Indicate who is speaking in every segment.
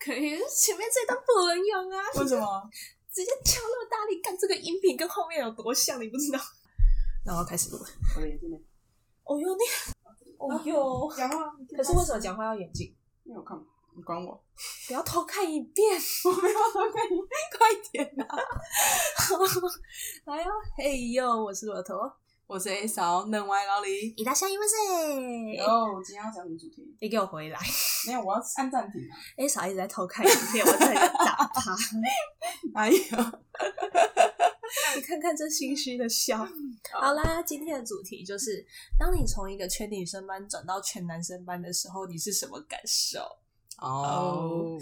Speaker 1: 可以是前面这一段不能用 啊，
Speaker 2: 为什么？
Speaker 1: 直接敲那么大力干这个音频跟后面有多像，你不知道。那我要开始录了。
Speaker 2: 我的眼睛没。
Speaker 1: 哦哟，那哦哟，
Speaker 2: 讲话，
Speaker 1: 可是为什么讲话要眼镜？
Speaker 2: 没有看，你管我？
Speaker 1: 不要偷看一遍，
Speaker 2: 我没有偷看你。
Speaker 1: 快点啊！来哟，嘿哟，我是骆驼，
Speaker 2: 我是 A 嫂，能歪老李。
Speaker 1: 伊达下一位
Speaker 2: 然
Speaker 1: 谁？
Speaker 2: 后哦今天要讲什么主题？
Speaker 1: 你给我回来哎
Speaker 2: 没有，我要按暂停啊。
Speaker 1: ！A 嫂一直在偷看影片，我真的要打他。
Speaker 2: 哎呀，
Speaker 1: 你看看这心虚的笑。 好啦，今天的主题就是：当你从一个全女生班转到全男生班的时候，你是什么感受？哦，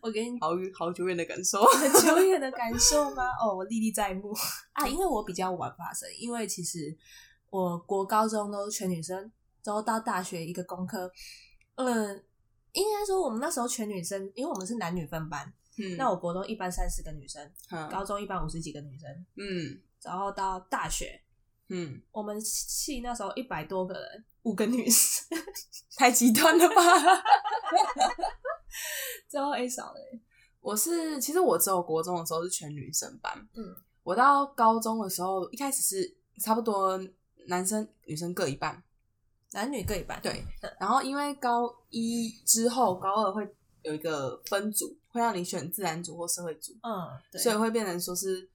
Speaker 1: 我给你
Speaker 2: 好好久远的感受。
Speaker 1: 很久远的感受吗？哦，我历历在目 啊，因为我比较晚发生，因为其实我国高中都是全女生，之后到大学一个工科，嗯，应该说我们那时候全女生，因为我们是男女分班，
Speaker 2: 嗯
Speaker 1: 那我国中一班三十个女生，
Speaker 2: 嗯
Speaker 1: 高中一班五十几个女生，
Speaker 2: 嗯
Speaker 1: 然后到大学，
Speaker 2: 嗯，
Speaker 1: 我们系那时候一百多个人，五个女生，
Speaker 2: 太极端了吧？
Speaker 1: 之后 A 少了，
Speaker 2: 我是，其实我只有国中的时候是全女生班。
Speaker 1: 嗯，
Speaker 2: 我到高中的时候，一开始是差不多男生女生各一半。
Speaker 1: 男女各一嗯半，
Speaker 2: 对，然后因为高一之后，高二会有一个分组，会让你选自然组或社会组，
Speaker 1: 嗯，对，
Speaker 2: 所以会变成说是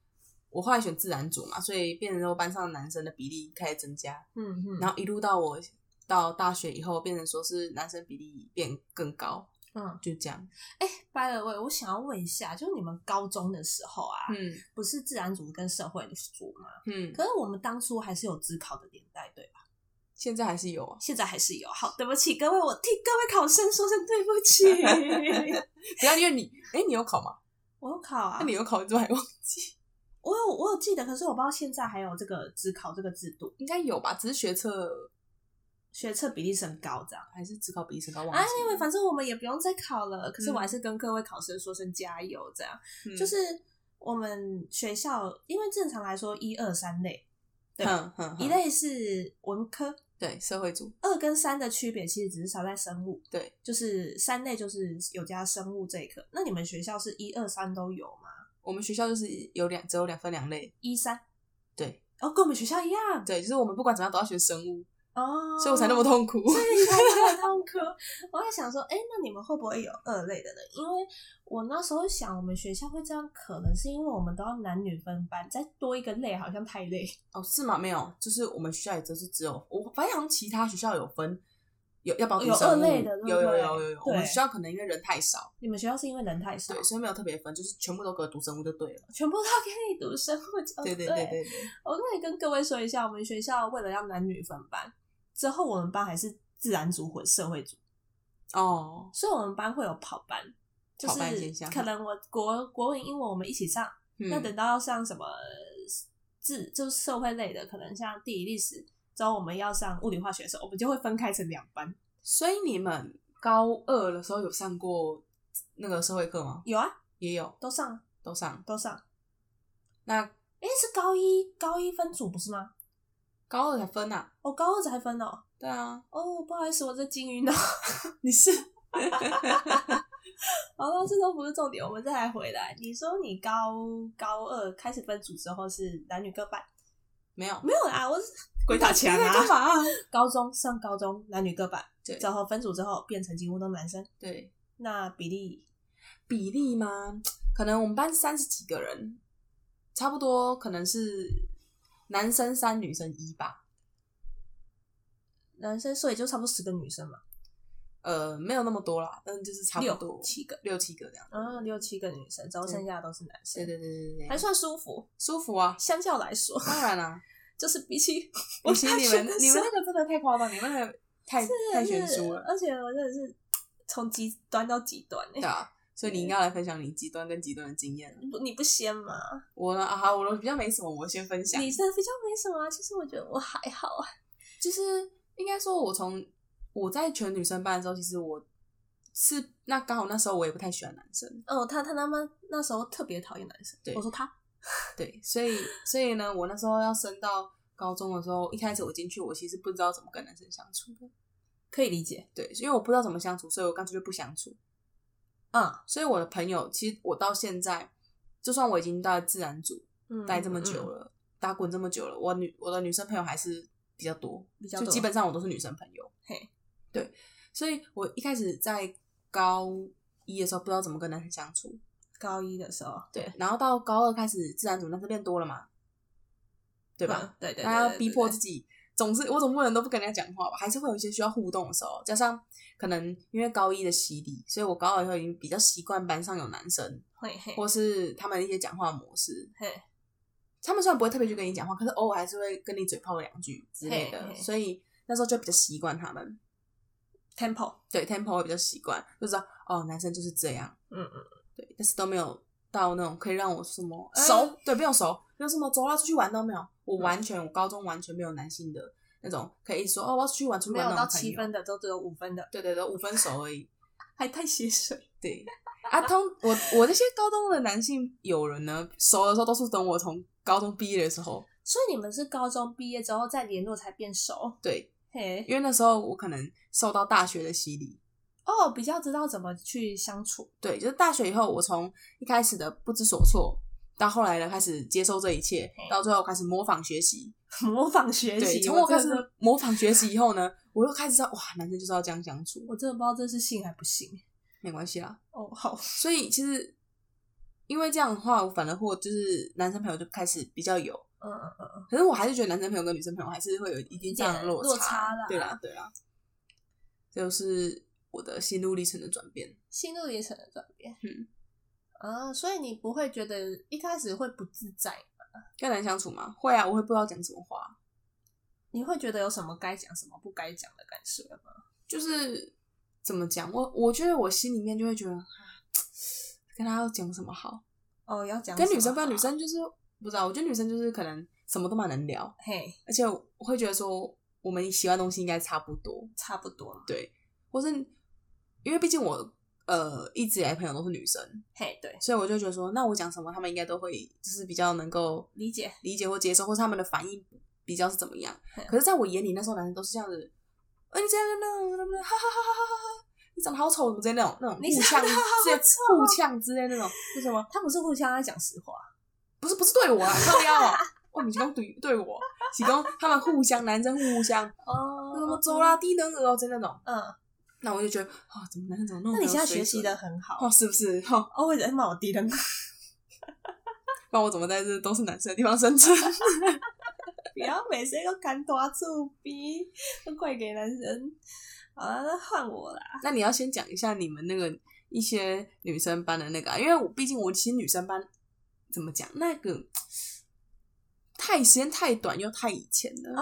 Speaker 2: 我后来选自然组嘛，所以变成说班上男生的比例开始增加，
Speaker 1: 嗯嗯，
Speaker 2: 然后一路到我到大学以后，变成说是男生比例变更高，
Speaker 1: 嗯。
Speaker 2: 就这样。
Speaker 1: 哎、by the way，我想要问一下，就是你们高中的时候啊，
Speaker 2: 嗯
Speaker 1: 不是自然组跟社会组吗？
Speaker 2: 嗯，
Speaker 1: 可是我们当初还是有自考的年代，对吧？
Speaker 2: 现在还是有啊，
Speaker 1: 现在还是有。好，对不起各位，我替各位考生说声对不起。
Speaker 2: 不要因为你，哎、你有考吗？
Speaker 1: 我有考啊
Speaker 2: 那、，你有考之后还忘记，
Speaker 1: 我有我有记得，可是我不知道现在还有这个自考这个制度，
Speaker 2: 应该有吧？只是学测
Speaker 1: 学测比例升高这样。
Speaker 2: 还是只考比例升高忘记
Speaker 1: 哎
Speaker 2: 了，，
Speaker 1: 因为反正我们也不用再考了，可是我
Speaker 2: 嗯
Speaker 1: 还是跟各位考生说声加油，这样、
Speaker 2: 嗯
Speaker 1: 就是我们学校，因为正常来说一二三类，对吧？
Speaker 2: 哼哼
Speaker 1: 一
Speaker 2: 哼，
Speaker 1: 类是文科，
Speaker 2: 对社会组，
Speaker 1: 二跟三的区别其实只是少在生物，
Speaker 2: 对，
Speaker 1: 就是三类就是有加生物这一科。那你们学校是一二三都有吗？
Speaker 2: 我们学校就是有两只有两分两类，
Speaker 1: 一三
Speaker 2: 对
Speaker 1: 哦，跟我们学校一样
Speaker 2: 对，就是我们不管怎么样都要学生物，
Speaker 1: 哦，
Speaker 2: 所以我才那么
Speaker 1: 痛。
Speaker 2: 痛苦。
Speaker 1: 所以你才那么痛苦。我在想说，哎、那你们会不会有二类的人？因为我那时候想，我们学校会这样，可能是因为我们都要男女分班，再多一个类好像太累。
Speaker 2: 哦，是吗？没有，就是我们学校也就是只有我，反正好像其他学校有分有要不要读
Speaker 1: 有
Speaker 2: 生物
Speaker 1: 二类的对不
Speaker 2: 有有
Speaker 1: 对
Speaker 2: 有有有，我
Speaker 1: 对
Speaker 2: 们学校可能因为人太少，
Speaker 1: 你们学校是因为人太少，
Speaker 2: 对，所以没有特别分，就是全部都给我读生物就对了。
Speaker 1: 全部都给你读生物就
Speaker 2: 对
Speaker 1: 哦对
Speaker 2: 对对对对，
Speaker 1: 我可以跟各位说一下，我们学校为了要男女分班，之后我们班还是自然组混社会组，
Speaker 2: 哦，
Speaker 1: 所以我们班会有跑班，就
Speaker 2: 跑班现
Speaker 1: 是
Speaker 2: 象
Speaker 1: 可能我国国文、英文我们一起上，
Speaker 2: 嗯
Speaker 1: 那等到上什么自就是社会类的，可能像地理、历史，之后我们要上物理、化学的时候，我们就会分开成两班。
Speaker 2: 所以你们高二的时候有上过那个社会课吗？
Speaker 1: 有啊，
Speaker 2: 也有，
Speaker 1: 都上
Speaker 2: 都上。
Speaker 1: 都上。
Speaker 2: 那
Speaker 1: 诶，是高一高一分组不是吗？
Speaker 2: 高二才分啊？
Speaker 1: 哦，高二才分哦。
Speaker 2: 对啊，
Speaker 1: 哦，不好意思，我这金鱼脑。
Speaker 2: 你是
Speaker 1: 好了，这都不是重点，我们再来回来。你说你高高二开始分组之后是男女各半，
Speaker 2: 没有
Speaker 1: 没有啦， 我是
Speaker 2: 鬼打墙
Speaker 1: 你在
Speaker 2: 干
Speaker 1: 干嘛
Speaker 2: 嘛？啊
Speaker 1: 高中上高中男女各半，
Speaker 2: 对
Speaker 1: 然后分组之后变成几乎都男生，
Speaker 2: 对，
Speaker 1: 那比例
Speaker 2: 比例吗？可能我们班三十几个人，差不多可能是男生三女生一吧。
Speaker 1: 男生所以就差不多十个女生嘛，
Speaker 2: 呃，没有那么多啦，但就是差不多
Speaker 1: 六七个，
Speaker 2: 六七个这样。
Speaker 1: 嗯，六七个女生，然后
Speaker 2: 对
Speaker 1: 剩下的都是男
Speaker 2: 对
Speaker 1: 生，
Speaker 2: 对对对对，
Speaker 1: 还算舒服。
Speaker 2: 舒服啊。
Speaker 1: 相较来说，
Speaker 2: 当然啦、
Speaker 1: 就是比起
Speaker 2: 我
Speaker 1: 我
Speaker 2: 觉
Speaker 1: 大
Speaker 2: 你
Speaker 1: 学
Speaker 2: 们
Speaker 1: 的
Speaker 2: 你
Speaker 1: 时
Speaker 2: 们
Speaker 1: 候
Speaker 2: 那个真的太夸张，你们那个太太悬殊了，
Speaker 1: 而且我真的啊是啊从极端到极端、欸
Speaker 2: 对，啊。所以你应该来分享你极端跟极端的经验了。
Speaker 1: 不你不先吗？
Speaker 2: 我呢，啊，好，我比较没什么，我先分享。
Speaker 1: 你这比较没什么啊，其实我觉得我还好啊。
Speaker 2: 就是应该说，我从我在全女生班的时候，其实我是那刚好那时候我也不太喜欢男生，
Speaker 1: 哦，他他他妈那时候特别讨厌男生。
Speaker 2: 对
Speaker 1: 我说他，
Speaker 2: 对，所以所以呢，我那时候要升到高中的时候，一开始我进去，我其实不知道怎么跟男生相处的，
Speaker 1: 可以理解
Speaker 2: 对，因为我不知道怎么相处，所以我干脆就不相处。
Speaker 1: 嗯
Speaker 2: 所以我的朋友，其实我到现在，就算我已经在自然组
Speaker 1: 嗯，
Speaker 2: 待这么久了，打滚这么久了，我女我的女生朋友还是比较多，
Speaker 1: 比较
Speaker 2: 就
Speaker 1: 多
Speaker 2: 基本上我都是女生朋友。
Speaker 1: 嘿，
Speaker 2: 对，所以我一开始在高一的时候不知道怎么跟男生相处，
Speaker 1: 高一的时候，
Speaker 2: 对，然后到高二开始自然组男生变多了嘛，
Speaker 1: 对
Speaker 2: 对吧？？
Speaker 1: 对对，
Speaker 2: 大家
Speaker 1: 对
Speaker 2: 逼迫，
Speaker 1: 对
Speaker 2: 自己，总是我总不能都不跟人家讲话吧，还是会有一些需要互动的时候。加上可能因为高一的洗礼，所以我高二以后已经比较习惯班上有男生，
Speaker 1: 对对嘿嘿
Speaker 2: 或是他们一些讲话模式。
Speaker 1: 嘿，
Speaker 2: 他们虽然不会特别去跟你讲话，可是偶尔还是会跟你嘴炮两句之类的，
Speaker 1: 嘿嘿
Speaker 2: 所以那时候就比较习惯他们。
Speaker 1: tempo，
Speaker 2: 对 tempo 会比较习惯，就知道哦，男生就是这样，
Speaker 1: 嗯嗯，
Speaker 2: 对，但是都没有到那种可以让我什么
Speaker 1: 哎
Speaker 2: 熟，对，没有熟，没有什么走啦出去玩都没有，
Speaker 1: 嗯
Speaker 2: 我完全、我高中完全没有男性的那种可以说哦我要出去玩出去
Speaker 1: 没有
Speaker 2: 玩那
Speaker 1: 到
Speaker 2: 种朋
Speaker 1: 七
Speaker 2: 友，
Speaker 1: 分的，都只有五分的，
Speaker 2: 对对对，五分熟而已，
Speaker 1: 还太血水，
Speaker 2: 对。啊，通我我那些高中的男性友人呢，熟的时候都是等我从高中毕业的时候，
Speaker 1: 所以你们是高中毕业之后再联络才变熟，
Speaker 2: 对，
Speaker 1: 嘿，
Speaker 2: 因为那时候我可能受到大学的洗礼，
Speaker 1: 哦，比较知道怎么去相处，
Speaker 2: 对，就是大学以后，我从一开始的不知所措，到后来的开始接受这一切
Speaker 1: 嘿，
Speaker 2: 到最后开始模仿学习。
Speaker 1: 模仿学
Speaker 2: 对，
Speaker 1: 习，
Speaker 2: 从我开始
Speaker 1: 真的
Speaker 2: 模仿学习以后呢，我又开始知道，哇，男生就是要这样相处，
Speaker 1: 我真的不知道这是信还不信，
Speaker 2: 没关系啦。
Speaker 1: 哦，好，
Speaker 2: 所以其实因为这样的话，我反而或就是男生朋友就开始比较有，
Speaker 1: 嗯嗯嗯，
Speaker 2: 可是我还是觉得男生朋友跟女生朋友还是会有一定这样的
Speaker 1: 一点落差啦
Speaker 2: 对啦，对啦，这就是我的心路历程的转变。
Speaker 1: 心路历程的转变，
Speaker 2: 嗯。
Speaker 1: 啊，所以你不会觉得一开始会不自在，
Speaker 2: 跟男生相处吗？会啊，我会不知道讲什么话。
Speaker 1: 你会觉得有什么该讲、什么不该讲的感觉吗？
Speaker 2: 就是怎么讲，我我觉得我心里面就会觉得，啊跟他要讲什么好？
Speaker 1: 哦，要讲
Speaker 2: 跟
Speaker 1: 什么
Speaker 2: 女生不一样，
Speaker 1: 话
Speaker 2: 女，生就是不知道，我觉得女生就是可能什么都蛮能聊，
Speaker 1: 嘿，
Speaker 2: 而且我会觉得说我们喜欢的东西应该差不多，
Speaker 1: 差不多，
Speaker 2: 对，或是因为毕竟我呃一直以来朋友都是女生，
Speaker 1: 嘿，对，
Speaker 2: 所以我就觉得说，那我讲什么，他们应该都会就是比较能够
Speaker 1: 理解，
Speaker 2: 理解或接受，或是他们的反应比较是怎么样
Speaker 1: 嗯。
Speaker 2: 可是，在我眼里，那时候男生都是这样子，呃，你这样那种，哈哈哈哈哈哈，你长得好丑，怎么之类那种那种
Speaker 1: 你
Speaker 2: 互呛
Speaker 1: 长
Speaker 2: 之
Speaker 1: 得
Speaker 2: 类互呛之类那种，为什么？
Speaker 1: 他们是互相在讲实话，
Speaker 2: 不是不是对我啊，靠腰啊，哇，你是讲对对我，是讲他们互相男生互相
Speaker 1: 哦
Speaker 2: 什么走啦，低能儿哦，真的那种。
Speaker 1: 嗯，
Speaker 2: 那我就觉得啊，怎么男生怎么那么
Speaker 1: 那你
Speaker 2: 没有
Speaker 1: 现在
Speaker 2: 水
Speaker 1: 学习
Speaker 2: 准
Speaker 1: 的很好
Speaker 2: 哦，是不是？哈、哦，
Speaker 1: 哦，我人蛮有敌 人，不
Speaker 2: 不然我怎么在这都是男生的地方生存？
Speaker 1: 要每次都砍大醋逼，都怪给男生。好了，那换我啦。
Speaker 2: 那你要先讲一下你们那个一些女生班的那个、啊，因为我毕竟我其实女生班怎么讲，那个太时间太短又太以前
Speaker 1: 嗯
Speaker 2: 了。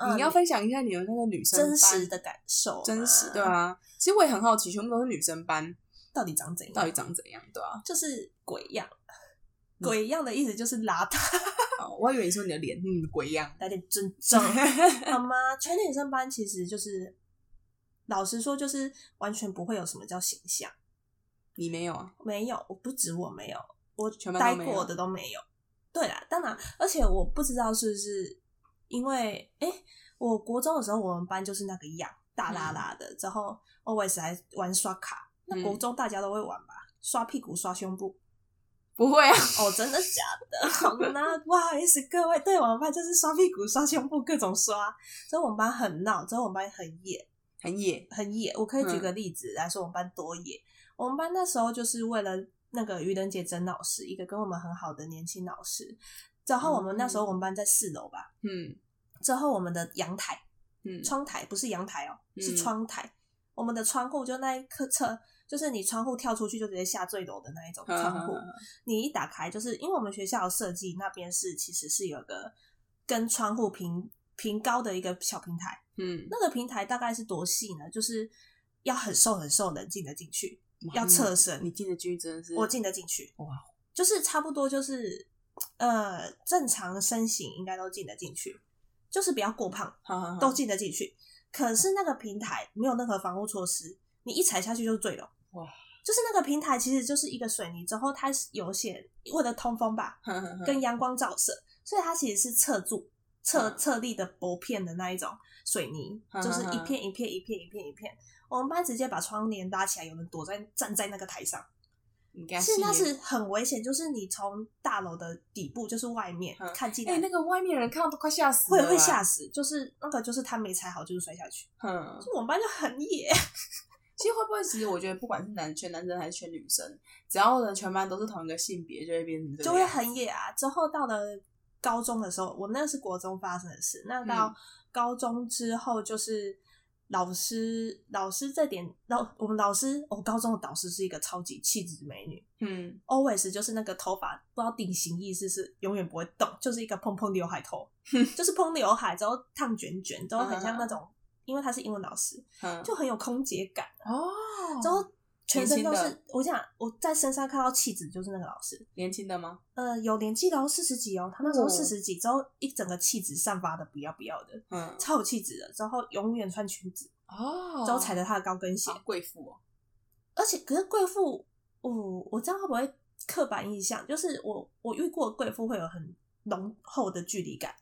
Speaker 1: 嗯嗯，
Speaker 2: 你要分享一下你们那个女生班
Speaker 1: 真实的感受，
Speaker 2: 真实对，啊。其实我也很好奇，全部都是女生班
Speaker 1: 到底长怎样？
Speaker 2: 到底长怎样，对啊。
Speaker 1: 就是鬼样。
Speaker 2: 嗯
Speaker 1: 鬼样的意思就是邋 遢，
Speaker 2: 哦，我还以为你说你的脸嗯鬼样，
Speaker 1: 来点尊重， 好 吗？全女生班其实就是，老实说，就是完全不会有什么叫形象。
Speaker 2: 你没有啊？
Speaker 1: 没有，我不止我没有，我
Speaker 2: 全班
Speaker 1: 待
Speaker 2: 都没有
Speaker 1: 过的都没有。对啦，当然，而且我不知道是不是因为，哎、我国中的时候我们班就是那个样，大拉拉的，之后 always 还玩刷卡。那
Speaker 2: 嗯
Speaker 1: 国中大家都会玩吧，刷屁股、刷胸部。
Speaker 2: 不会啊，
Speaker 1: 哦，真的假的？ 好啦，不好意思各位，对我们班就是刷屁股、刷胸部，各种刷。之后我们班很闹，之后我们班很野，
Speaker 2: 很野。
Speaker 1: 很野。我可以举
Speaker 2: 嗯
Speaker 1: 个例子来说，我们班多野。我们班那时候就是为了那个愚人节整老师，一个跟我们很好的年轻老师。之后我们那时候我们班在四楼吧，
Speaker 2: 嗯
Speaker 1: 之后我们的阳台、
Speaker 2: 嗯
Speaker 1: 窗台不是阳台哦，
Speaker 2: 嗯
Speaker 1: 是窗台。我们的窗户就那一刻 侧，就是你窗户跳出去就直接下最楼的那一种
Speaker 2: 嗯
Speaker 1: 窗户。你一打开，就是因为我们学校的设计那边是其实是有个跟窗户平平高的一个小平台。
Speaker 2: 嗯，
Speaker 1: 那个平台大概是多细呢？就是要很瘦很瘦能进得进去，要侧身
Speaker 2: 嗯你进的军真的是
Speaker 1: 我进得进去。
Speaker 2: 嗯哇，
Speaker 1: 就是差不多就是呃正常身形应该都进得进去，就是不要过胖
Speaker 2: 好好好
Speaker 1: 都进得进去。可是那个平台没有任何防护措施，你一踩下去就是坠楼。
Speaker 2: 哇！
Speaker 1: 就是那个平台其实就是一个水泥，之后它是有些为了通风吧，
Speaker 2: 哼哼哼
Speaker 1: 跟阳光照射，所以它其实是侧柱、侧
Speaker 2: 嗯
Speaker 1: 侧立的薄片的那一种水泥，
Speaker 2: 嗯
Speaker 1: 就是
Speaker 2: 嗯
Speaker 1: 一
Speaker 2: 嗯
Speaker 1: 片一片一片一片一片。我们班直接把窗帘拉起来，有人躲在站在那个台上，
Speaker 2: 你给他
Speaker 1: 是那
Speaker 2: 吸引
Speaker 1: 是很危险，就是你从大楼的底部，就是外面、
Speaker 2: 嗯
Speaker 1: 看进
Speaker 2: 哎、
Speaker 1: 来，
Speaker 2: 那啊个外面人看到都快吓死
Speaker 1: 会
Speaker 2: 了，
Speaker 1: 会吓。死，就是那个就是他没踩好，就是摔下去。
Speaker 2: 嗯，
Speaker 1: 就我们班就很野，
Speaker 2: 其实会不会，其实我觉得不管是男全男生还是全女生，只要呢全班都是同一个性别，就会变成这
Speaker 1: 就
Speaker 2: 个
Speaker 1: 会
Speaker 2: 样子
Speaker 1: 很野啊。之后到了高中的时候，我那是国中发生的事。那到
Speaker 2: 嗯
Speaker 1: 高中之后，就是老师，老师这点，老我们老师，我高中的导师是一个超级气质美女
Speaker 2: 嗯，
Speaker 1: ，always 就是那个头发不知道定型意识是永远不会动，就是一个蓬蓬刘海 头，就是蓬刘海之后烫卷卷，之后很像那种，因为她是英文老师，
Speaker 2: 嗯
Speaker 1: 就很有空姐感。
Speaker 2: 哦，
Speaker 1: 之后全身都
Speaker 2: 年轻
Speaker 1: 是，我讲我在身上看到气质就是那个老师，
Speaker 2: 年轻的吗？
Speaker 1: 呃，有年纪的哦，四十几哦，他那时候
Speaker 2: 哦
Speaker 1: 四十几，之后一整个气质散发的不要不要的，
Speaker 2: 嗯，
Speaker 1: 超有气质的，之后永远穿裙子，
Speaker 2: 哦，
Speaker 1: 之后踩着她的高跟鞋，
Speaker 2: 好贵妇哦，
Speaker 1: 而且可是贵妇，我、我知道会不会刻板印象，就是我我遇过贵妇会有很浓厚的距离感，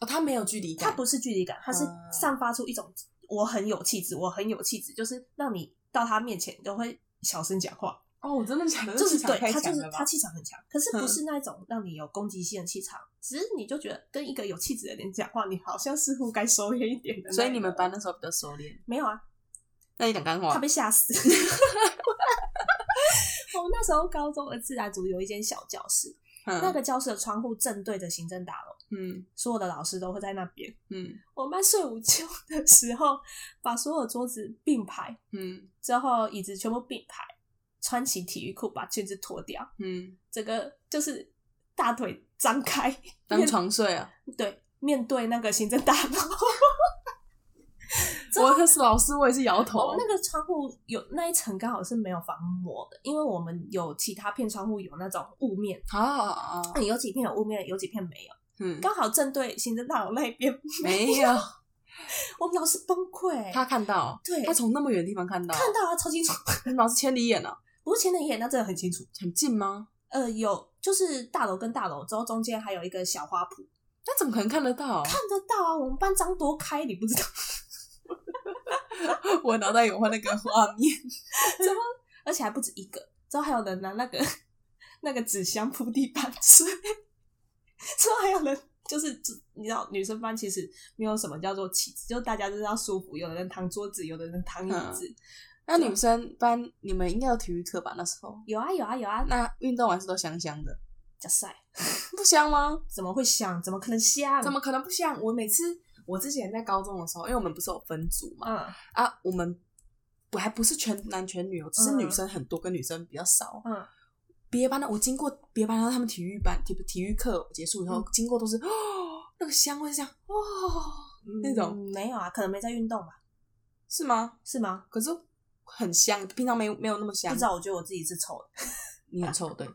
Speaker 2: 哦，她没有距离感，
Speaker 1: 她不是距离感，她是
Speaker 2: 嗯
Speaker 1: 散发出一种我很有气质，我很有气质，就是让你到她面前你都会小声讲话。
Speaker 2: 哦，我真的假的？
Speaker 1: 就是
Speaker 2: 气场
Speaker 1: 对
Speaker 2: 太
Speaker 1: 他就
Speaker 2: 强
Speaker 1: 是
Speaker 2: 了吧嗯
Speaker 1: 他气场很强，可是不是那种让你有攻击性的气场，只是你就觉得跟一个有气质的人讲话，你好像似乎该收敛一点的那种。
Speaker 2: 所以你们班哦那时候比较收敛。
Speaker 1: 没有啊？
Speaker 2: 那你讲干话
Speaker 1: 他？被吓死。 我们那时候高中的自然组有一间小教室，那
Speaker 2: 那
Speaker 1: 个教室的窗户正对着行政大楼，
Speaker 2: 嗯
Speaker 1: 所有的老师都会在那边。
Speaker 2: 嗯
Speaker 1: 我们班睡午觉的时候，把所有桌子并排，
Speaker 2: 嗯
Speaker 1: 之后椅子全部并排，穿起体育裤，把裙子脱掉。
Speaker 2: 嗯，
Speaker 1: 整个就是大腿张开，
Speaker 2: 当床睡啊！
Speaker 1: 对，面对那个行政大楼。
Speaker 2: 我可是老师，我也是摇
Speaker 1: 我
Speaker 2: 头
Speaker 1: 们。哦那个窗户有那一层刚好是没有防膜的，因为我们有其他片窗户有那种雾面，
Speaker 2: 啊啊！啊
Speaker 1: 嗯有几片有雾面，有几片没有，
Speaker 2: 嗯，
Speaker 1: 刚好正对行政大楼那一边。
Speaker 2: 没有，
Speaker 1: 我们老师崩溃，
Speaker 2: 他看到，
Speaker 1: 对
Speaker 2: 他从那么远的地方看到，
Speaker 1: 看到啊，超清楚，
Speaker 2: 你们老师千里眼啊，
Speaker 1: 不是前的眼，那真的很清楚。
Speaker 2: 很近吗？
Speaker 1: 呃，有就是大楼跟大楼之后中间还有一个小花圃，
Speaker 2: 那怎么可能看得到？
Speaker 1: 看得到啊。我们班张多开，你不知道。
Speaker 2: 我脑袋有画那个画面，
Speaker 1: 而且还不止一个。之后还有人拿那个 那个纸箱铺地板睡， 之后还有人就是只你知道女生班其实没有什么叫做气质，就是大家就是要舒服，有的人躺桌子，有的人躺椅子。
Speaker 2: 那女生班你们应该有体育课吧？那时候，
Speaker 1: 有啊有啊有啊，
Speaker 2: 那运动完是都香香的，
Speaker 1: 假晒
Speaker 2: 不香吗？
Speaker 1: 怎么会想？怎么可能像？
Speaker 2: 怎么可能不香？我每次我之前在高中的时候，因为我们不是有分组嘛，
Speaker 1: 嗯
Speaker 2: 啊，我们不还不是全男全女哦，只是
Speaker 1: 嗯
Speaker 2: 女生很多，跟女生比较少。
Speaker 1: 嗯，
Speaker 2: 别的班的我经过别的班，然后他们体育班体体育课结束以后，
Speaker 1: 嗯
Speaker 2: 经过都是哦，那个香味是这样哦，那种
Speaker 1: 嗯没有啊，可能没在运动吧？
Speaker 2: 是吗？
Speaker 1: 是吗？
Speaker 2: 可是很香，平常没有没有那么
Speaker 1: 不
Speaker 2: 香
Speaker 1: 知。道，我觉得我自己是丑的。
Speaker 2: 你 很臭，对。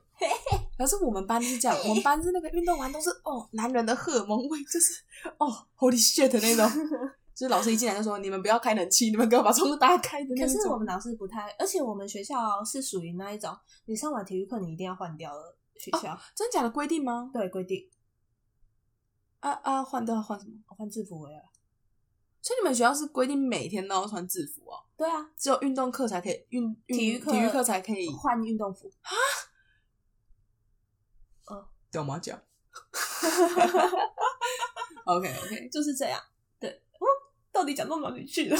Speaker 2: 可是我们班是这样，我们班是那个运动完都是哦，男人的荷尔蒙味就是哦，Holy shit 的 那种，就是老师一进来就说你们不要开冷气，你们给我把窗户打开的那
Speaker 1: 可
Speaker 2: 种。
Speaker 1: 是我们老师不太，而且我们学校是属于那一种，你上完体育课你一定要换掉的学校，
Speaker 2: 真假的规定吗？
Speaker 1: 对规定
Speaker 2: 啊啊，换都要换什么？
Speaker 1: 换制服为了。
Speaker 2: 所以你们学校是规定每天都要穿制服哦，
Speaker 1: 对啊，
Speaker 2: 只有运动课才可以运运
Speaker 1: 体育课
Speaker 2: 体育课才可以
Speaker 1: 换运动服，
Speaker 2: 掉马 甲。OK OK，
Speaker 1: 就是这样。对，哦，到底讲到哪里去 了？好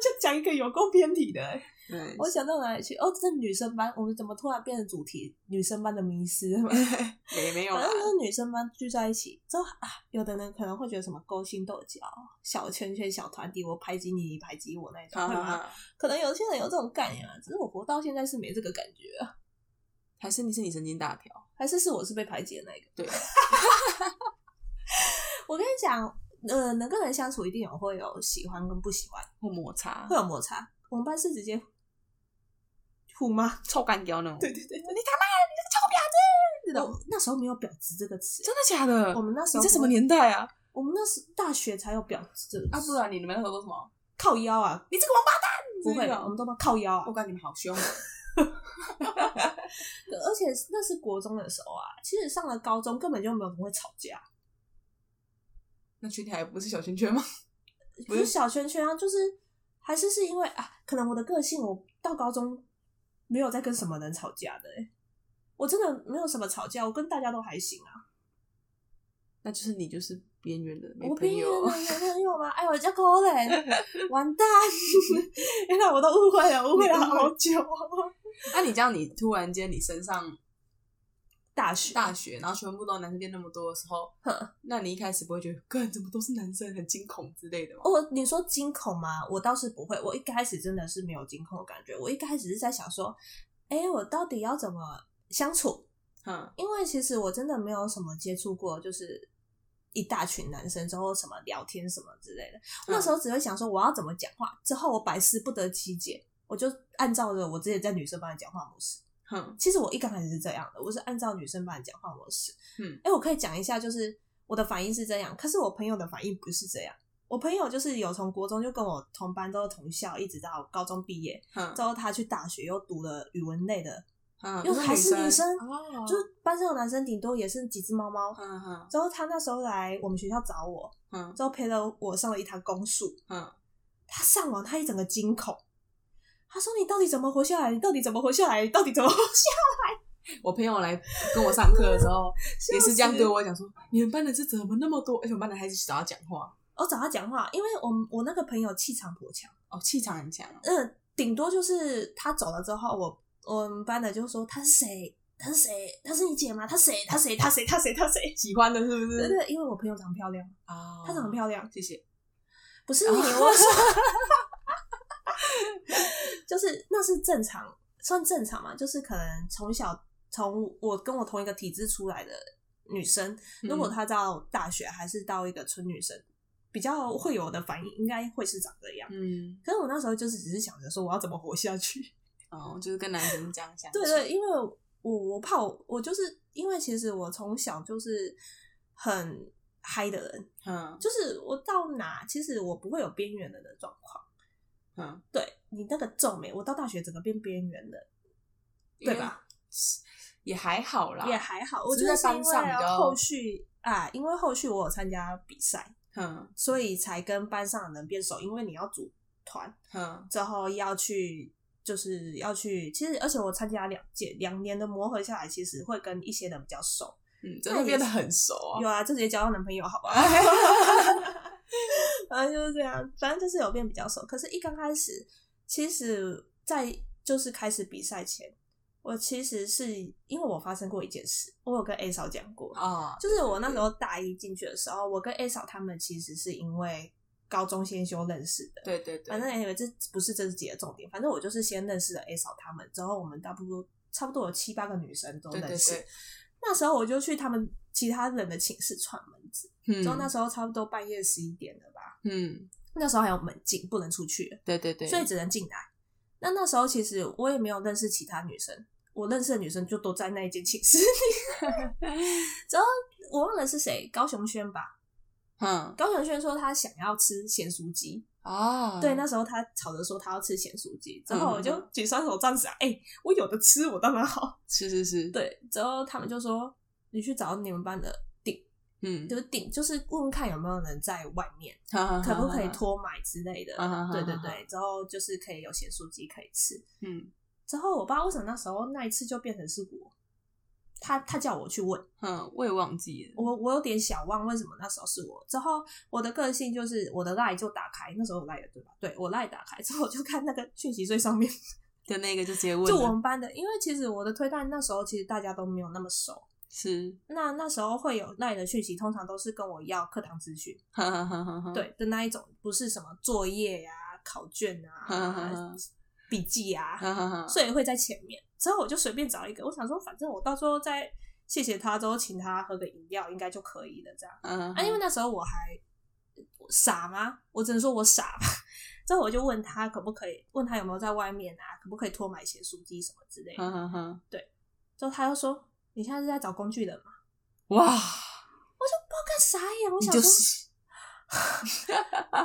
Speaker 1: 像讲一个有够偏题的、欸。
Speaker 2: 对，
Speaker 1: 我讲到哪里去？哦，这女生班，我们怎么突然变成主题？女生班的迷失。
Speaker 2: 也没有
Speaker 1: 反
Speaker 2: 啦
Speaker 1: 正。就是女生班聚在一起之后啊，有的人可能会觉得什么勾心斗角、小圈圈、小团体，我排挤你，你排挤我那一种，
Speaker 2: 好
Speaker 1: 会
Speaker 2: 好
Speaker 1: 吗？
Speaker 2: 好，
Speaker 1: 可能有些人有这种概念啊，只是我活到现在是没这个感觉啊，
Speaker 2: 还是你是你神经大条？
Speaker 1: 还是是我是被排挤的那一个。
Speaker 2: 对，
Speaker 1: 我跟你讲，呃，人跟人相处一定有会有喜欢跟不喜欢，
Speaker 2: 或摩擦
Speaker 1: 会，有摩擦。我们班是直接互骂，
Speaker 2: 臭干掉那种。
Speaker 1: 对对对，
Speaker 2: 你他妈，你这个臭婊子！那种
Speaker 1: 我哦那时候没有“婊子”这个词，
Speaker 2: 真的假的？
Speaker 1: 我们那时
Speaker 2: 你
Speaker 1: 候
Speaker 2: 这什么？年代啊？
Speaker 1: 我们那时大学才有“婊子”这个
Speaker 2: 啊，
Speaker 1: 词
Speaker 2: 不然你们那时候都什么？
Speaker 1: 靠腰啊，
Speaker 2: 你这个哦王八蛋！
Speaker 1: 不会，我们都骂靠腰啊
Speaker 2: 我。感觉你们好 凶。
Speaker 1: 而且那是国中的时候啊，其实上了高中根本就没有人会吵架，
Speaker 2: 那群体还不是小圈圈吗？
Speaker 1: 不是小圈圈啊，就是还是是因为啊，可能我的个性，我到高中没有再跟什么人吵架的、欸，我真的没有什么吵架，我跟大家都还行啊。
Speaker 2: 那就是你就是边缘的，没
Speaker 1: 我
Speaker 2: 朋
Speaker 1: 边缘
Speaker 2: 友。
Speaker 1: 人有朋友吗？哎呦，叫可怜，完蛋！ 原来我都误会了，误会了好久哦。
Speaker 2: 那你这样，你突然间你身上
Speaker 1: 大学，
Speaker 2: 大学，然后全部都男生变那么多的时候，那你一开始不会觉得，干怎么都是男生，很惊恐之类的吗？
Speaker 1: 哦，你说惊恐吗？我倒是不会，我一开始真的是没有惊恐的感觉。我一开始是在想说，哎、我到底要怎么相处？
Speaker 2: 嗯
Speaker 1: 因为其实我真的没有什么接触过，就是一大群男生之后什么聊天什么之类的。那
Speaker 2: 嗯
Speaker 1: 时候只会想说我要怎么讲话，之后我百思不得其解，我就按照着我之前在女生班的讲话模式。
Speaker 2: 哼，
Speaker 1: 其实我一刚开始是这样的，我是按照女生班的讲话模式。
Speaker 2: 嗯，
Speaker 1: 哎、我可以讲一下，就是我的反应是这样，可是我朋友的反应不是这样。我朋友就是有从国中就跟我同班，都是同校，一直到高中毕业。
Speaker 2: 哼
Speaker 1: 之后他去大学又读了语文类的，
Speaker 2: 哼，
Speaker 1: 又还是女生
Speaker 2: 哦，
Speaker 1: 就是班上的男生顶多也是几只猫猫。
Speaker 2: 哼哼
Speaker 1: 之后他那时候来我们学校找我，
Speaker 2: 哼
Speaker 1: 之后陪了我上了一堂公数。
Speaker 2: 哼，
Speaker 1: 他上网，他一整个惊恐。他说：“你到底怎么活下来？你到底怎么活下来？你到底怎么活下
Speaker 2: 我朋友来跟我上课的时 候，
Speaker 1: 来？”
Speaker 2: 也是这样
Speaker 1: 笑死
Speaker 2: 对我讲说，你们班的是怎么那么多？而且我们班的还是找他讲话，
Speaker 1: 我哦找他讲话，因为我们我那个朋友气场颇强，
Speaker 2: 哦，气场很强哦，
Speaker 1: 嗯，顶多就是他走了之后，我我们班的就说他是谁，他是谁，他是你姐吗？他谁？他谁？他谁？他谁？他谁？
Speaker 2: 喜欢的是不
Speaker 1: 对
Speaker 2: 是？
Speaker 1: 对，因为我朋友长漂亮，
Speaker 2: 啊
Speaker 1: 她长得漂亮，
Speaker 2: 谢谢。
Speaker 1: 不
Speaker 2: 哦
Speaker 1: 是你，我说，就是那是正常，算正常嘛，就是可能从小从我跟我同一个体制出来的女生，如果
Speaker 2: 嗯
Speaker 1: 她到大学还是到一个纯女生，比较会有的反应，应该会是长这样。
Speaker 2: 嗯，
Speaker 1: 可是我那时候就是只是想着说我要怎么活下去。
Speaker 2: 哦，就是跟男生这样相处，
Speaker 1: 对对，因为我我怕我我就是因为其实我从小就是很嗨的人，
Speaker 2: 嗯
Speaker 1: 就是我到哪其实我不会有边缘人的状况。
Speaker 2: 嗯，
Speaker 1: 对你那个皱眉，我到大学整个变边缘人，
Speaker 2: 因为
Speaker 1: 对吧？
Speaker 2: 也还好啦，
Speaker 1: 也还好。我
Speaker 2: 只
Speaker 1: 觉
Speaker 2: 啊是
Speaker 1: 得
Speaker 2: 在
Speaker 1: 是因
Speaker 2: 班上
Speaker 1: 为
Speaker 2: 比较
Speaker 1: 后续啊，因为后续我有参加比赛，
Speaker 2: 嗯
Speaker 1: 所以才跟班上的人变熟。因为你要组团，
Speaker 2: 嗯
Speaker 1: 之后要去，就是要去。其实，而且我参加两届，两年的磨合下来，其实会跟一些人比较熟。
Speaker 2: 嗯，真的变得很熟啊。
Speaker 1: 有啊，就直接交到男朋友，好不好？反正就是这样，反正就是有变比较熟。可是，一刚开始，其实，在就是开始比赛前，我其实是因为我发生过一件事，我有跟 A 嫂讲过，
Speaker 2: 啊，
Speaker 1: 就是我那时候大一进去的时候，我跟 A 嫂他们其实是因为高中先修认识的。
Speaker 2: 对对对，
Speaker 1: 反正 anyway，这不是这是节的重点。反正我就是先认识了 A 嫂他们，之后我们大不多差不多有七八个女生都
Speaker 2: 对对
Speaker 1: 认识。
Speaker 2: 对
Speaker 1: 那时候我就去他们其他人的寝室串门子，
Speaker 2: 嗯
Speaker 1: 之后那时候差不多半夜十一点了吧。
Speaker 2: 嗯，
Speaker 1: 那时候还有门禁，不能出去，
Speaker 2: 对对对，
Speaker 1: 所以只能进来。那那时候其实我也没有认识其他女生，我认识的女生就都在那一间寝室里。 之后我忘了是谁，高雄轩吧？
Speaker 2: 嗯
Speaker 1: 高雄轩说他想要吃咸酥鸡，
Speaker 2: 啊，
Speaker 1: 对，那时候他吵着说他要吃咸酥鸡，之后我就
Speaker 2: 嗯嗯
Speaker 1: 举双手赞赏，哎、我有的吃，我当然好。
Speaker 2: 是是是，，
Speaker 1: 对，之后他们就说你去找你们班的顶，
Speaker 2: 嗯，
Speaker 1: 就是顶，就是问问看有没有人在外面，可
Speaker 2: 可
Speaker 1: 不可以？托买之类的。
Speaker 2: 啊哈哈哈
Speaker 1: 对对对，之后就是可以有咸酥鸡可以吃。
Speaker 2: 嗯
Speaker 1: 之后我不知道为什么那时候那一次就变成是我，他他叫我去问，
Speaker 2: 嗯，我也忘记了，
Speaker 1: 我我有点小忘为什么那时候是我。之后我的个性就是我的 line 就打开，那时候我 line 的对吧？对我 line 打开之后，我就看那个讯息最上面，
Speaker 2: 的那个就直接问了，
Speaker 1: 就我们班的，因为其实我的推断那时候其实大家都没有那么熟。
Speaker 2: 是，
Speaker 1: 那那时候会有 line 的讯息，通常都是跟我要课堂资讯，
Speaker 2: 哈哈哈哈哈，
Speaker 1: 对的那一种，不是什么作业呀、考卷
Speaker 2: 哈哈
Speaker 1: 啊
Speaker 2: 哈、
Speaker 1: 笔记呀、
Speaker 2: 哈哈哈，
Speaker 1: 所以会在前面。之后我就随便找一个，我想说反正我到时候再谢谢他，之后请他喝个饮料应该就可以了，这样。
Speaker 2: 嗯
Speaker 1: 啊，因为那时候我还我傻吗？我只能说我傻吧。 之后我就问他可不可以，问他有没有在外面啊，可不可以托买咸酥鸡什么之类
Speaker 2: 哈
Speaker 1: 的。
Speaker 2: 哈哈，
Speaker 1: 之后他就说：“你现在是在找工具人吗
Speaker 2: 哇，？”
Speaker 1: 我干傻眼，我
Speaker 2: 你
Speaker 1: 想
Speaker 2: 就
Speaker 1: 说，
Speaker 2: 是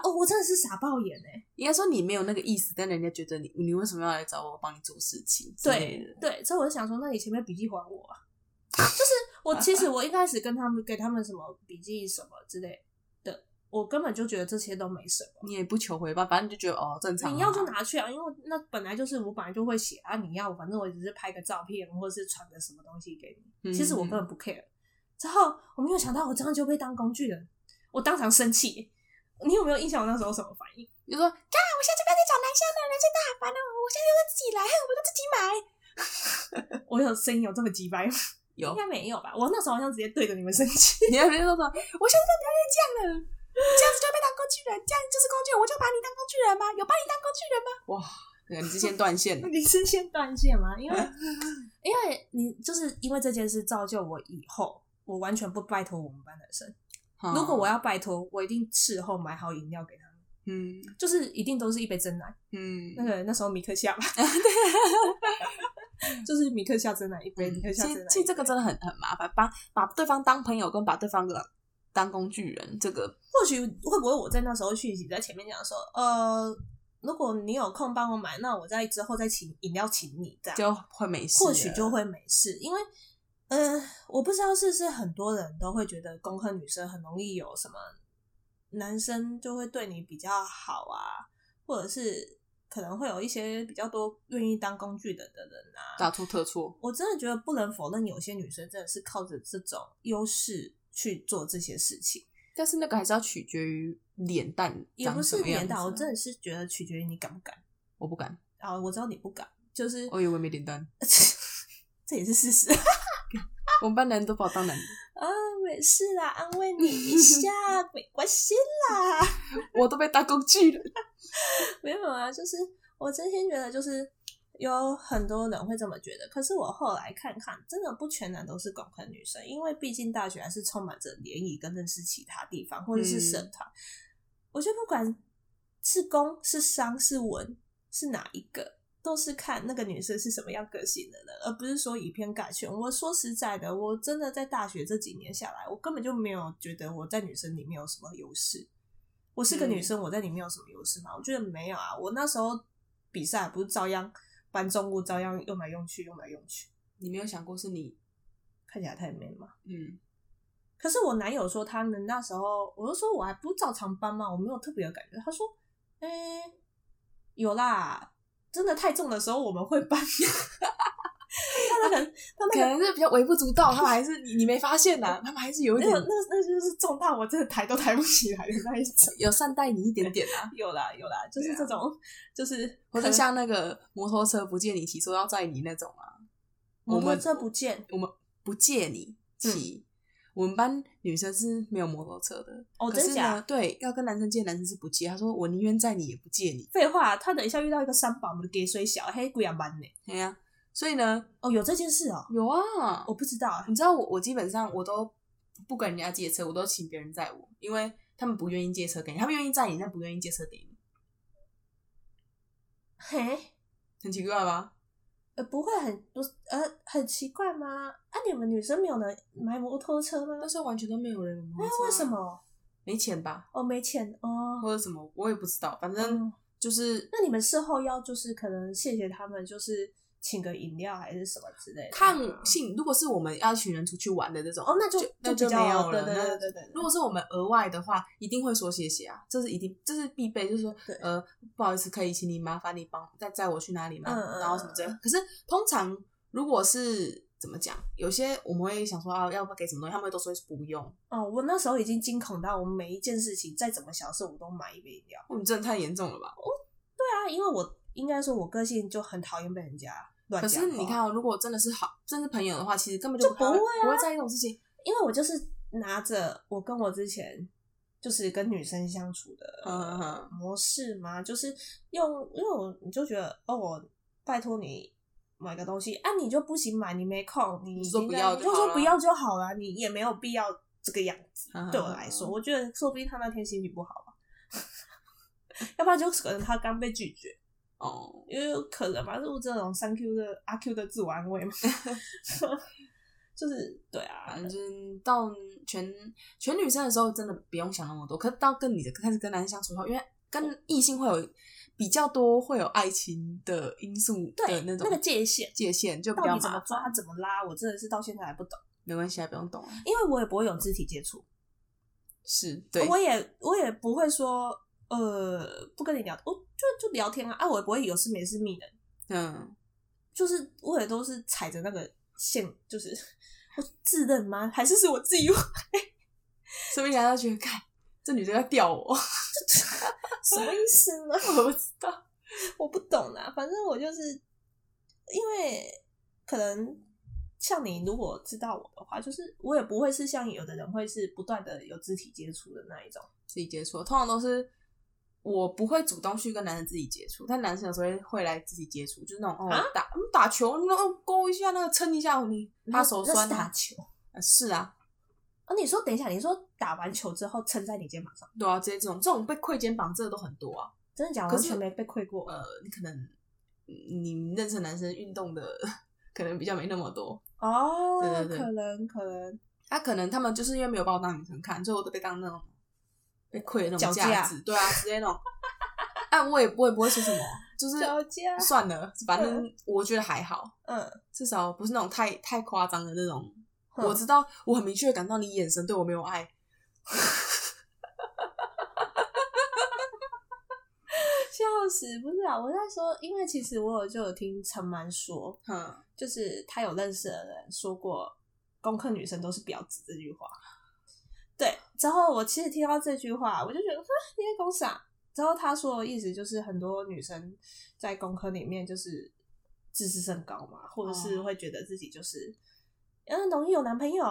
Speaker 1: 哦，我真的是傻爆眼哎、
Speaker 2: 应该说你没有那个意思，但人家觉得你你为什么要来找我帮你做事情之类
Speaker 1: 对
Speaker 2: 的？
Speaker 1: 对，所以我就想说，那你前面笔记还我啊。就是我其实我一开始跟他们给他们什么笔记什么之类的，我根本就觉得这些都没什么。
Speaker 2: 你也不求回报，反正你就觉得哦正常啊。
Speaker 1: 你要就拿去啊，因为那本来就是我本来就会写啊。你要，反正我只是拍个照片，或者是传个什么东西给你。
Speaker 2: 嗯
Speaker 1: 其实我根本不 care。之后我没有想到，我这样就被当工具人，我当场生气。你有没有印象我那时候什么反应？
Speaker 2: 你说，干，我下次不要再找男生了，男生太烦了，我下次就自己来，我就自己买。
Speaker 1: 我有声音有这么鸡掰吗？
Speaker 2: 有
Speaker 1: 应，该没有吧？我那时候好像直接对着你们生气。
Speaker 2: 你还别说说，我下次不要再这样了，这样子就被当工具人，这样就是工具人，我就把你当工具人吗？有把你当工具人吗？哇，你之前 断线 了，
Speaker 1: 你是先断线吗？因为因为你就是因为这件事造就我以后，我完全不拜托我们班男生。如果我
Speaker 2: 要，
Speaker 1: 要拜托，我一定事后买好饮料给他们，
Speaker 2: 嗯
Speaker 1: 就是一定都是一杯真奶。
Speaker 2: 嗯
Speaker 1: 那个那时候米克夏 吧，就是米克夏真奶一杯，米克夏真奶
Speaker 2: 其实
Speaker 1: 一杯。
Speaker 2: 其实这个真的很很麻烦，把把对方当朋友跟把对方的当工具人，这个
Speaker 1: 或许会不会我在那时候讯息在前面讲说，呃，如果你有空帮我买，那我在之后再请饮料请你这样。
Speaker 2: 就会没事了，
Speaker 1: 或许就会没事，因为，呃，我不知道是不是很多人都会觉得工科女生很容易有什么男生就会对你比较好啊，或者是可能会有一些比较多愿意当工具人的人啊。
Speaker 2: 大错特错，
Speaker 1: 我真的觉得不能否认，有些女生真的是靠着这种优势去做这些事情，
Speaker 2: 但是那个还是要取决于脸蛋
Speaker 1: 也不
Speaker 2: 长什
Speaker 1: 是
Speaker 2: 么样
Speaker 1: 连
Speaker 2: 子，啊
Speaker 1: 到，我真的是觉得取决于你敢不敢
Speaker 2: 我不敢，
Speaker 1: 啊。我知道你不敢，就是
Speaker 2: 我以为没脸蛋，
Speaker 1: 这也是事实。
Speaker 2: 我们班男人都把我当男人。
Speaker 1: 啊，没事啦，安慰你一下，没关系啦。
Speaker 2: 我都被当工具了。
Speaker 1: 没有啊，就是我真心觉得，就是有很多人会这么觉得。可是我后来看看，真的不全然都是广坑女生，因为毕竟大学还是充满着联谊跟认识其他地方或者是社团。我觉得不管是攻是商是文是哪一个，都是看那个女生是什么样个性的人，而不是说以偏概全。我说实在的，我真的在大学这几年下来，我根本就没有觉得我在女生里面有什么优势。我是个女生，我在里面有什么优势吗？我觉得没有啊。我那时候比赛不是照样搬重物，照样用来用去，用来用去，
Speaker 2: 你没有想过是你，
Speaker 1: 看起来太美了嘛。
Speaker 2: 嗯，
Speaker 1: 可是我男友说他们那时候，我就说我还不照常搬嘛，我没有特别的感觉。他说，嗯、有啦，真的太重的时候我们会搬。他那个他那
Speaker 2: 可
Speaker 1: 个
Speaker 2: 能是比较微不足道，他们还是你你没发现呐、他们还是有一
Speaker 1: 那
Speaker 2: 点
Speaker 1: 个那那就是重到我真的抬都抬不起来的那一种。
Speaker 2: 有善待你一点点 啊，
Speaker 1: 有啦有啦，就是这种，就是
Speaker 2: 或
Speaker 1: 可
Speaker 2: 者
Speaker 1: 能
Speaker 2: 像那个摩托车不借你骑，说要载你那种啊，
Speaker 1: 摩
Speaker 2: 我
Speaker 1: 托
Speaker 2: 们
Speaker 1: 车不见
Speaker 2: 我们不借你骑。我们班女生是没有摩托车的，
Speaker 1: 哦，
Speaker 2: 可
Speaker 1: 真
Speaker 2: 是
Speaker 1: 假
Speaker 2: 呢，？对，要跟男生借，男生是不借。他说我宁愿载你也不借你。
Speaker 1: 废话，他等一下遇到一个三宝，我们给水小黑鬼啊蛮呢。
Speaker 2: 对呀、所以呢，
Speaker 1: 哦，有这件事哦，
Speaker 2: 有啊，
Speaker 1: 我不知道啊。
Speaker 2: 你知道我我基本上我都不跟人家借车，我都请别人载我，因为他们不愿意借车给你，他们愿意载你，但不愿意借车给你，
Speaker 1: 嘿，
Speaker 2: 很奇怪吧？
Speaker 1: 呃，不会很不是呃很奇怪吗？啊，你们女生没有人买摩托车吗？
Speaker 2: 那时候完全都没有人有摩托车啊
Speaker 1: 那为什？么？
Speaker 2: 没钱吧，
Speaker 1: 哦，没钱哦。
Speaker 2: 或者什么，我也不知道，反正
Speaker 1: 嗯，
Speaker 2: 就是
Speaker 1: 那你们事后要就是可能谢谢他们，就是请个饮料还是什么之类的吗。
Speaker 2: 看性。如果是我们要一群人出去玩的这种，
Speaker 1: 哦，那就
Speaker 2: 那
Speaker 1: 就
Speaker 2: 就
Speaker 1: 比较
Speaker 2: 没有了。
Speaker 1: 对对
Speaker 2: 那
Speaker 1: 对对对。
Speaker 2: 如果是我们额外的话，一定会说谢谢啊，这是一定，这是必备，就是说
Speaker 1: 对，
Speaker 2: 呃，不好意思，可以请你麻烦你帮再载我去哪里吗？
Speaker 1: 嗯嗯
Speaker 2: 然后什么之类的。可是通常如果是怎么讲，有些我们会想说啊，要不要给什么东西，他们会都说不用。
Speaker 1: 哦，我那时候已经惊恐到，我每一件事情再怎么小事我都买一杯饮料。
Speaker 2: 哦你真的太严重了吧？
Speaker 1: 对啊，因为我应该说我个性就很讨厌被人家乱
Speaker 2: 可
Speaker 1: 讲
Speaker 2: 是
Speaker 1: 话。
Speaker 2: 你看哦，如果真的是好，真是朋友的话，其实根本
Speaker 1: 就
Speaker 2: 不
Speaker 1: 不
Speaker 2: 会
Speaker 1: 会啊
Speaker 2: 不会在意这种事情。
Speaker 1: 因为我就是拿着我跟我之前就是跟女生相处的
Speaker 2: 嗯嗯嗯
Speaker 1: 模式嘛，就是用，因为我你就觉得哦，我拜托你买个东西啊，你就不行买，你没空，你
Speaker 2: 你
Speaker 1: 已
Speaker 2: 说
Speaker 1: 经
Speaker 2: 不
Speaker 1: 在
Speaker 2: 要
Speaker 1: 你
Speaker 2: 就
Speaker 1: 就
Speaker 2: 好
Speaker 1: 说
Speaker 2: 了
Speaker 1: 不要就好了，你也没有必要这个样子。
Speaker 2: 嗯
Speaker 1: 对我来说，，我觉得说不定他那天心情不好吧， 要不然就可能他刚被拒绝。
Speaker 2: 哦，
Speaker 1: 因为可能嘛，就是这种三 Q 的阿 Q 的自我安慰 嘛，就是对啊
Speaker 2: 反，正到全全女生的时候，真的不用想那么多。可是到跟你的开始跟男生相处后，因为
Speaker 1: 哦
Speaker 2: 跟异性会有比较多会有爱情的因素
Speaker 1: 对
Speaker 2: 的那种
Speaker 1: 那个界限
Speaker 2: 界限就比
Speaker 1: 到
Speaker 2: 较
Speaker 1: 底怎么
Speaker 2: 麻烦。
Speaker 1: 抓怎么拉，我真的是到现在还不懂，
Speaker 2: 没关系啊，不用懂啊。
Speaker 1: 因为我也不会有肢体接触，
Speaker 2: 是对，
Speaker 1: 哦我也我也不会说呃不跟你聊，我就就聊天啊，啊，我也不会有事没事密人，
Speaker 2: 嗯，
Speaker 1: 就是我也都是踩着那个线，就是我自认吗？还是是我自己
Speaker 2: 说不定人家觉得，看这女的要吊我，
Speaker 1: 什么意思呢？
Speaker 2: 我不知道，
Speaker 1: 我不懂啦，反正我就是因为可能像你如果知道我的话，就是我也不会是像有的人会是不断的有肢体接触的那一种。
Speaker 2: 自己接触，通常都是我不会主动去跟男生自己接触，但男生有时候会会来自己接触，就是那种哦、
Speaker 1: 啊
Speaker 2: 打嗯打球，那种哦勾一下那个撑一下你，他手
Speaker 1: 那
Speaker 2: 酸
Speaker 1: 是打
Speaker 2: 啊，
Speaker 1: 球
Speaker 2: 呃是啊，
Speaker 1: 哦，你说等一下，你说打完球之后撑在你肩膀上，
Speaker 2: 对啊，这些这种这种被愧肩膀这个都很多啊，
Speaker 1: 真的假的？
Speaker 2: 可
Speaker 1: 完
Speaker 2: 是
Speaker 1: 全没被亏过。
Speaker 2: 呃，你可能嗯你认识的男生运动的可能比较没那么多，
Speaker 1: 哦，
Speaker 2: 对对对
Speaker 1: 可能可能
Speaker 2: 他、可能他们就是因为没有把我当女生看，所以我都被当那种被愧的那种
Speaker 1: 脚架
Speaker 2: 架子，对啊，直接那种， 啊我也我也不会说什么，就是
Speaker 1: 脚架
Speaker 2: 算了，反正我觉得还好。
Speaker 1: 嗯，
Speaker 2: 至少不是那种太太夸张的那种。
Speaker 1: 哼
Speaker 2: 我知道，我很明确地感到你眼神对我没有爱，
Speaker 1: 笑死，不是啊，我在说，因为其实我有就有听陈蛮说，
Speaker 2: 哼，
Speaker 1: 就是他有认识的人说过“功课女生都是婊子”这句话。对，之后我其实听到这句话，我就觉得，哼，啊你在公傻。之后他说的意思就是，很多女生在工科里面就是自视甚高嘛，或者是
Speaker 2: 哦
Speaker 1: 会觉得自己就是，嗯，容易有男朋友，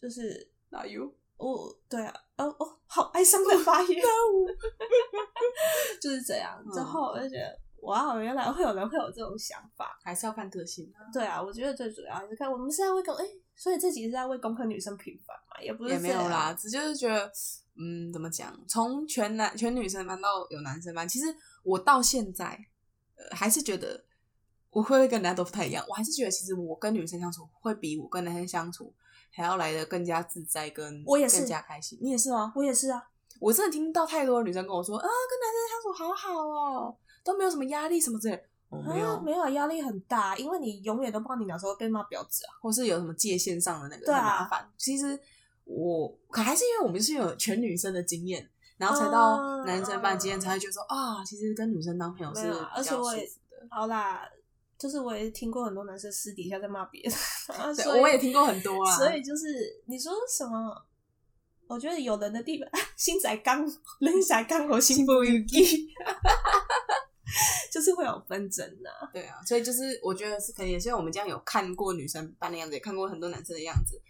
Speaker 1: 就是
Speaker 2: 哪有？
Speaker 1: 哦，对啊，哦哦，好哀伤的发言， 就是这样。
Speaker 2: 嗯
Speaker 1: 之后我就觉得，哇，哦原来会有人会有这种想法。
Speaker 2: 还是要看个性啊，
Speaker 1: 对啊，我觉得最主要还是看我们是在为工哎、所以这集是在为工科女生平反嘛，也不是
Speaker 2: 也没有
Speaker 1: 这样
Speaker 2: 啦，。只就是觉得，嗯，怎么讲？从全男全女生班到有男生班，其实我到现在，呃，还是觉得我会跟男都不太一样。我还是觉得，其实我跟女生相处会比我跟男生相处还要来的更加自在，跟
Speaker 1: 我也是
Speaker 2: 更加开心。你也是吗？
Speaker 1: 我也是啊，
Speaker 2: 我真的听到太多女生跟我说，啊，跟男生相处好好哦，都没有什么压力什么之类的。我没有，
Speaker 1: 啊，没有压力很大，因为你永远都不知道你哪时候被骂婊子啊。
Speaker 2: 或是有什么界限上的那个
Speaker 1: 对啊
Speaker 2: 很麻烦。其实我可还是因为我们是有全女生的经验，然后才到男生班经验，才会觉得说啊，其实跟女生当朋友是
Speaker 1: 嗯没
Speaker 2: 比
Speaker 1: 有啊而
Speaker 2: 较
Speaker 1: 且
Speaker 2: 舒
Speaker 1: 我
Speaker 2: 服
Speaker 1: 也
Speaker 2: 的。
Speaker 1: 好啦，就是我也听过很多男生私底下在骂别人，啊
Speaker 2: 对
Speaker 1: 所以
Speaker 2: 我也听过很多啊
Speaker 1: 所以就是你说什么？我觉得有人的地方， 心仔刚，人仔刚和心不一致， 就是会有纷争的、
Speaker 2: 对啊，所以就是我觉得是可能也是因为我们这样有看过女生班的样子，也看过很多男生的样子，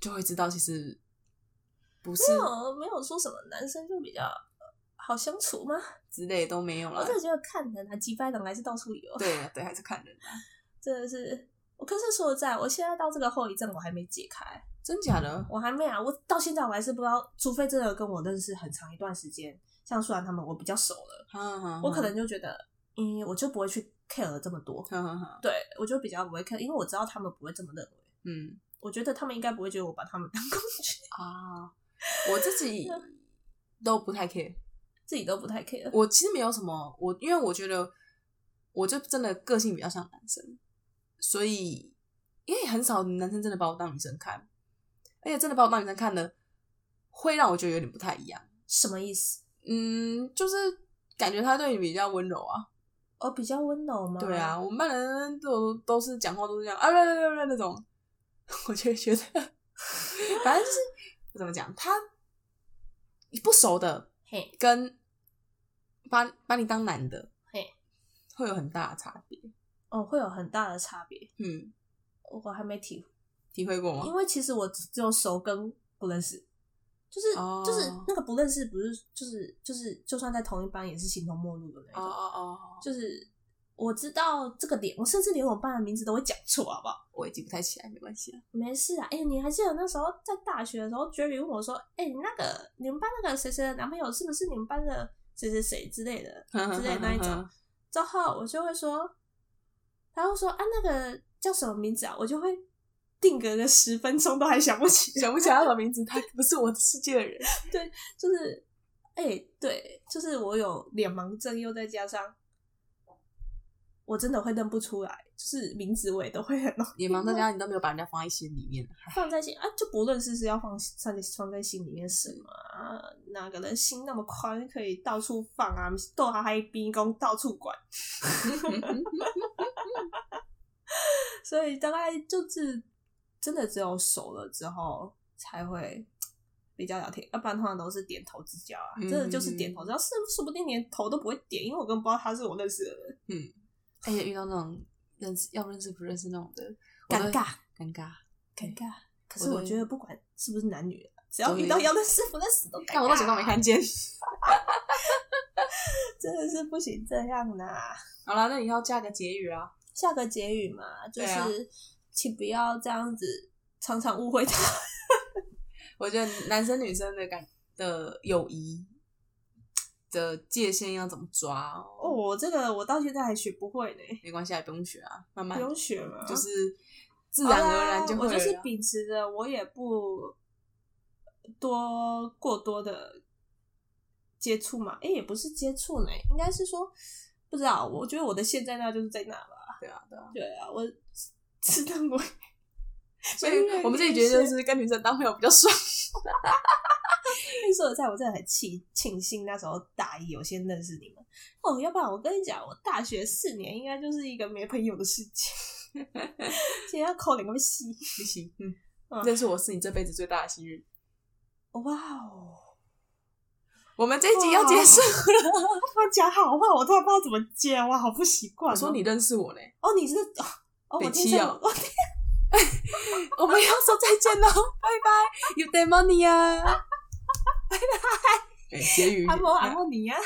Speaker 2: 就会知道其实不是
Speaker 1: 没有没有说什么男生就比较呃好相处吗？
Speaker 2: 之类都没有
Speaker 1: 我
Speaker 2: 了
Speaker 1: 真。的觉得看人啊，击败人还是到处有，
Speaker 2: 对啊，对，还是看人啊，
Speaker 1: 真的是。我可是说实在，我现在到这个后遗症我还没解开，
Speaker 2: 真假的？
Speaker 1: 我还没啊，我到现在我还是不知道，除非真的跟我认识很长一段时间，像舒然他们我比较熟了，
Speaker 2: 哈
Speaker 1: 我可能就觉得，嗯，我就不会去 care 这么多，
Speaker 2: 哈哈哈，
Speaker 1: 对我就比较不会 care，因为我知道他们不会这么认为，
Speaker 2: 嗯。
Speaker 1: 我觉得他们应该不会觉得我把他们当 工具，
Speaker 2: 啊，我自己都不太 care。
Speaker 1: 自己都不太 care。
Speaker 2: 我其实没有什么，我因为我觉得我就真的个性比较像男生，所以因为很少男生真的把我当女生看，而且真的把我当女生看的，会让我觉得有点不太一样。
Speaker 1: 什么意思？
Speaker 2: 嗯，就是感觉他对你比较温柔啊。
Speaker 1: 哦，比较温柔吗？
Speaker 2: 对啊，我们班的人都都是讲话都是这样啊，啦啦啦啦那种， 我就会觉得， 反正就是 我怎么讲，他不熟的
Speaker 1: 嘿，
Speaker 2: 跟把把你当男的，
Speaker 1: 嘿，
Speaker 2: 会有很大的差别。
Speaker 1: 哦，会有很大的差别，
Speaker 2: 嗯，
Speaker 1: 我还没体
Speaker 2: 体会过吗
Speaker 1: 因？为其实我只只有熟跟不认识，就是、
Speaker 2: 哦
Speaker 1: 就是那个不认识，不是就是就是就算在同一班也是形同陌路的那种。
Speaker 2: 哦，
Speaker 1: 就是我知道这个点，我甚至连我班的名字都会讲错，好不好？
Speaker 2: 我也记不太起来，没关系啊。
Speaker 1: 没事啊，哎、你还记得那时候在大学的时候，Jerry 问我说：“哎、你那个你们班那个谁谁的男朋友是不是你们班的谁谁谁之类的
Speaker 2: 嗯啊
Speaker 1: 之类的那一种？”之后我就会说，他会说：“啊，那个叫什么名字啊？”我就会定格个十分钟都还想不起来。
Speaker 2: 想不起来他的名字，他不是我的世界的人。
Speaker 1: 就是，哎、对，就是我有脸盲症，又再加上我真的会认不出来，就是名字我也都会很 容易
Speaker 2: 野蛮在家你都没有把人家放在心里面，
Speaker 1: 放在心啊，就不论是是要放放在放在心里面什么啊，哪个人心那么宽，可以到处放啊，逗哈嗨逼宫到处管。所以大概就是真的只有熟了之后才会比较聊天，要不然通常都是点头之交啊，
Speaker 2: 嗯
Speaker 1: 真的就是点头之交，是说不定连头都不会点，因为我根本不知道他是我认识的人，
Speaker 2: 而哎且遇到那种认识要认识不认识那种的，我
Speaker 1: 尴
Speaker 2: 都会
Speaker 1: 尬
Speaker 2: 尴尬。
Speaker 1: 尴尬。可是
Speaker 2: 我都
Speaker 1: 我觉得不管是不是男女，只要遇
Speaker 2: 对
Speaker 1: 到要认识不认识都尴
Speaker 2: 但我到
Speaker 1: 尬，
Speaker 2: 现在都没看见。
Speaker 1: 真的是不行这样啦。
Speaker 2: 好了，那你要加个结语啊。
Speaker 1: 下个结语嘛，就
Speaker 2: 对啊
Speaker 1: 是请不要这样子，常常误会他。
Speaker 2: 我觉得男生女生的感的友谊的界限要怎么抓哦？
Speaker 1: 哦，这个我到现在还学不会呢，
Speaker 2: 没关系，啊，不用学啊，慢慢
Speaker 1: 不用学嘛，
Speaker 2: 就是自然而然就
Speaker 1: 好
Speaker 2: 会
Speaker 1: 啦哦我就
Speaker 2: 了
Speaker 1: 是
Speaker 2: 啊
Speaker 1: 秉持着我也不多过多的接触嘛，哎、也不是接触呢，应该是说不知道，我觉得我的线在那就是在那吧。
Speaker 2: 对啊对啊。
Speaker 1: 对啊，我自认为，
Speaker 2: 所以我们这里觉得就是跟女生当朋友比较爽。
Speaker 1: 说实在，我真的很庆庆幸那时候大一有先认识你们哦，要不然我跟你讲，我大学四年应该就是一个没朋友的世界，现在要扣两个戏。
Speaker 2: 你行，嗯
Speaker 1: 嗯，
Speaker 2: 认识我是你这辈子最大的幸运。
Speaker 1: 哇哦！
Speaker 2: 我们这一集要结束了。
Speaker 1: 突然讲好话，我突然不知道怎么接，我好不习惯哦。
Speaker 2: 我说你认识我嘞，
Speaker 1: 哦，你是哦，哦我
Speaker 2: 北
Speaker 1: 听
Speaker 2: 七
Speaker 1: 成
Speaker 2: 哦我们要说再见喽，拜拜，You d e m o n e y 啊，拜拜。哎结语
Speaker 1: 阿莫阿莫尼啊。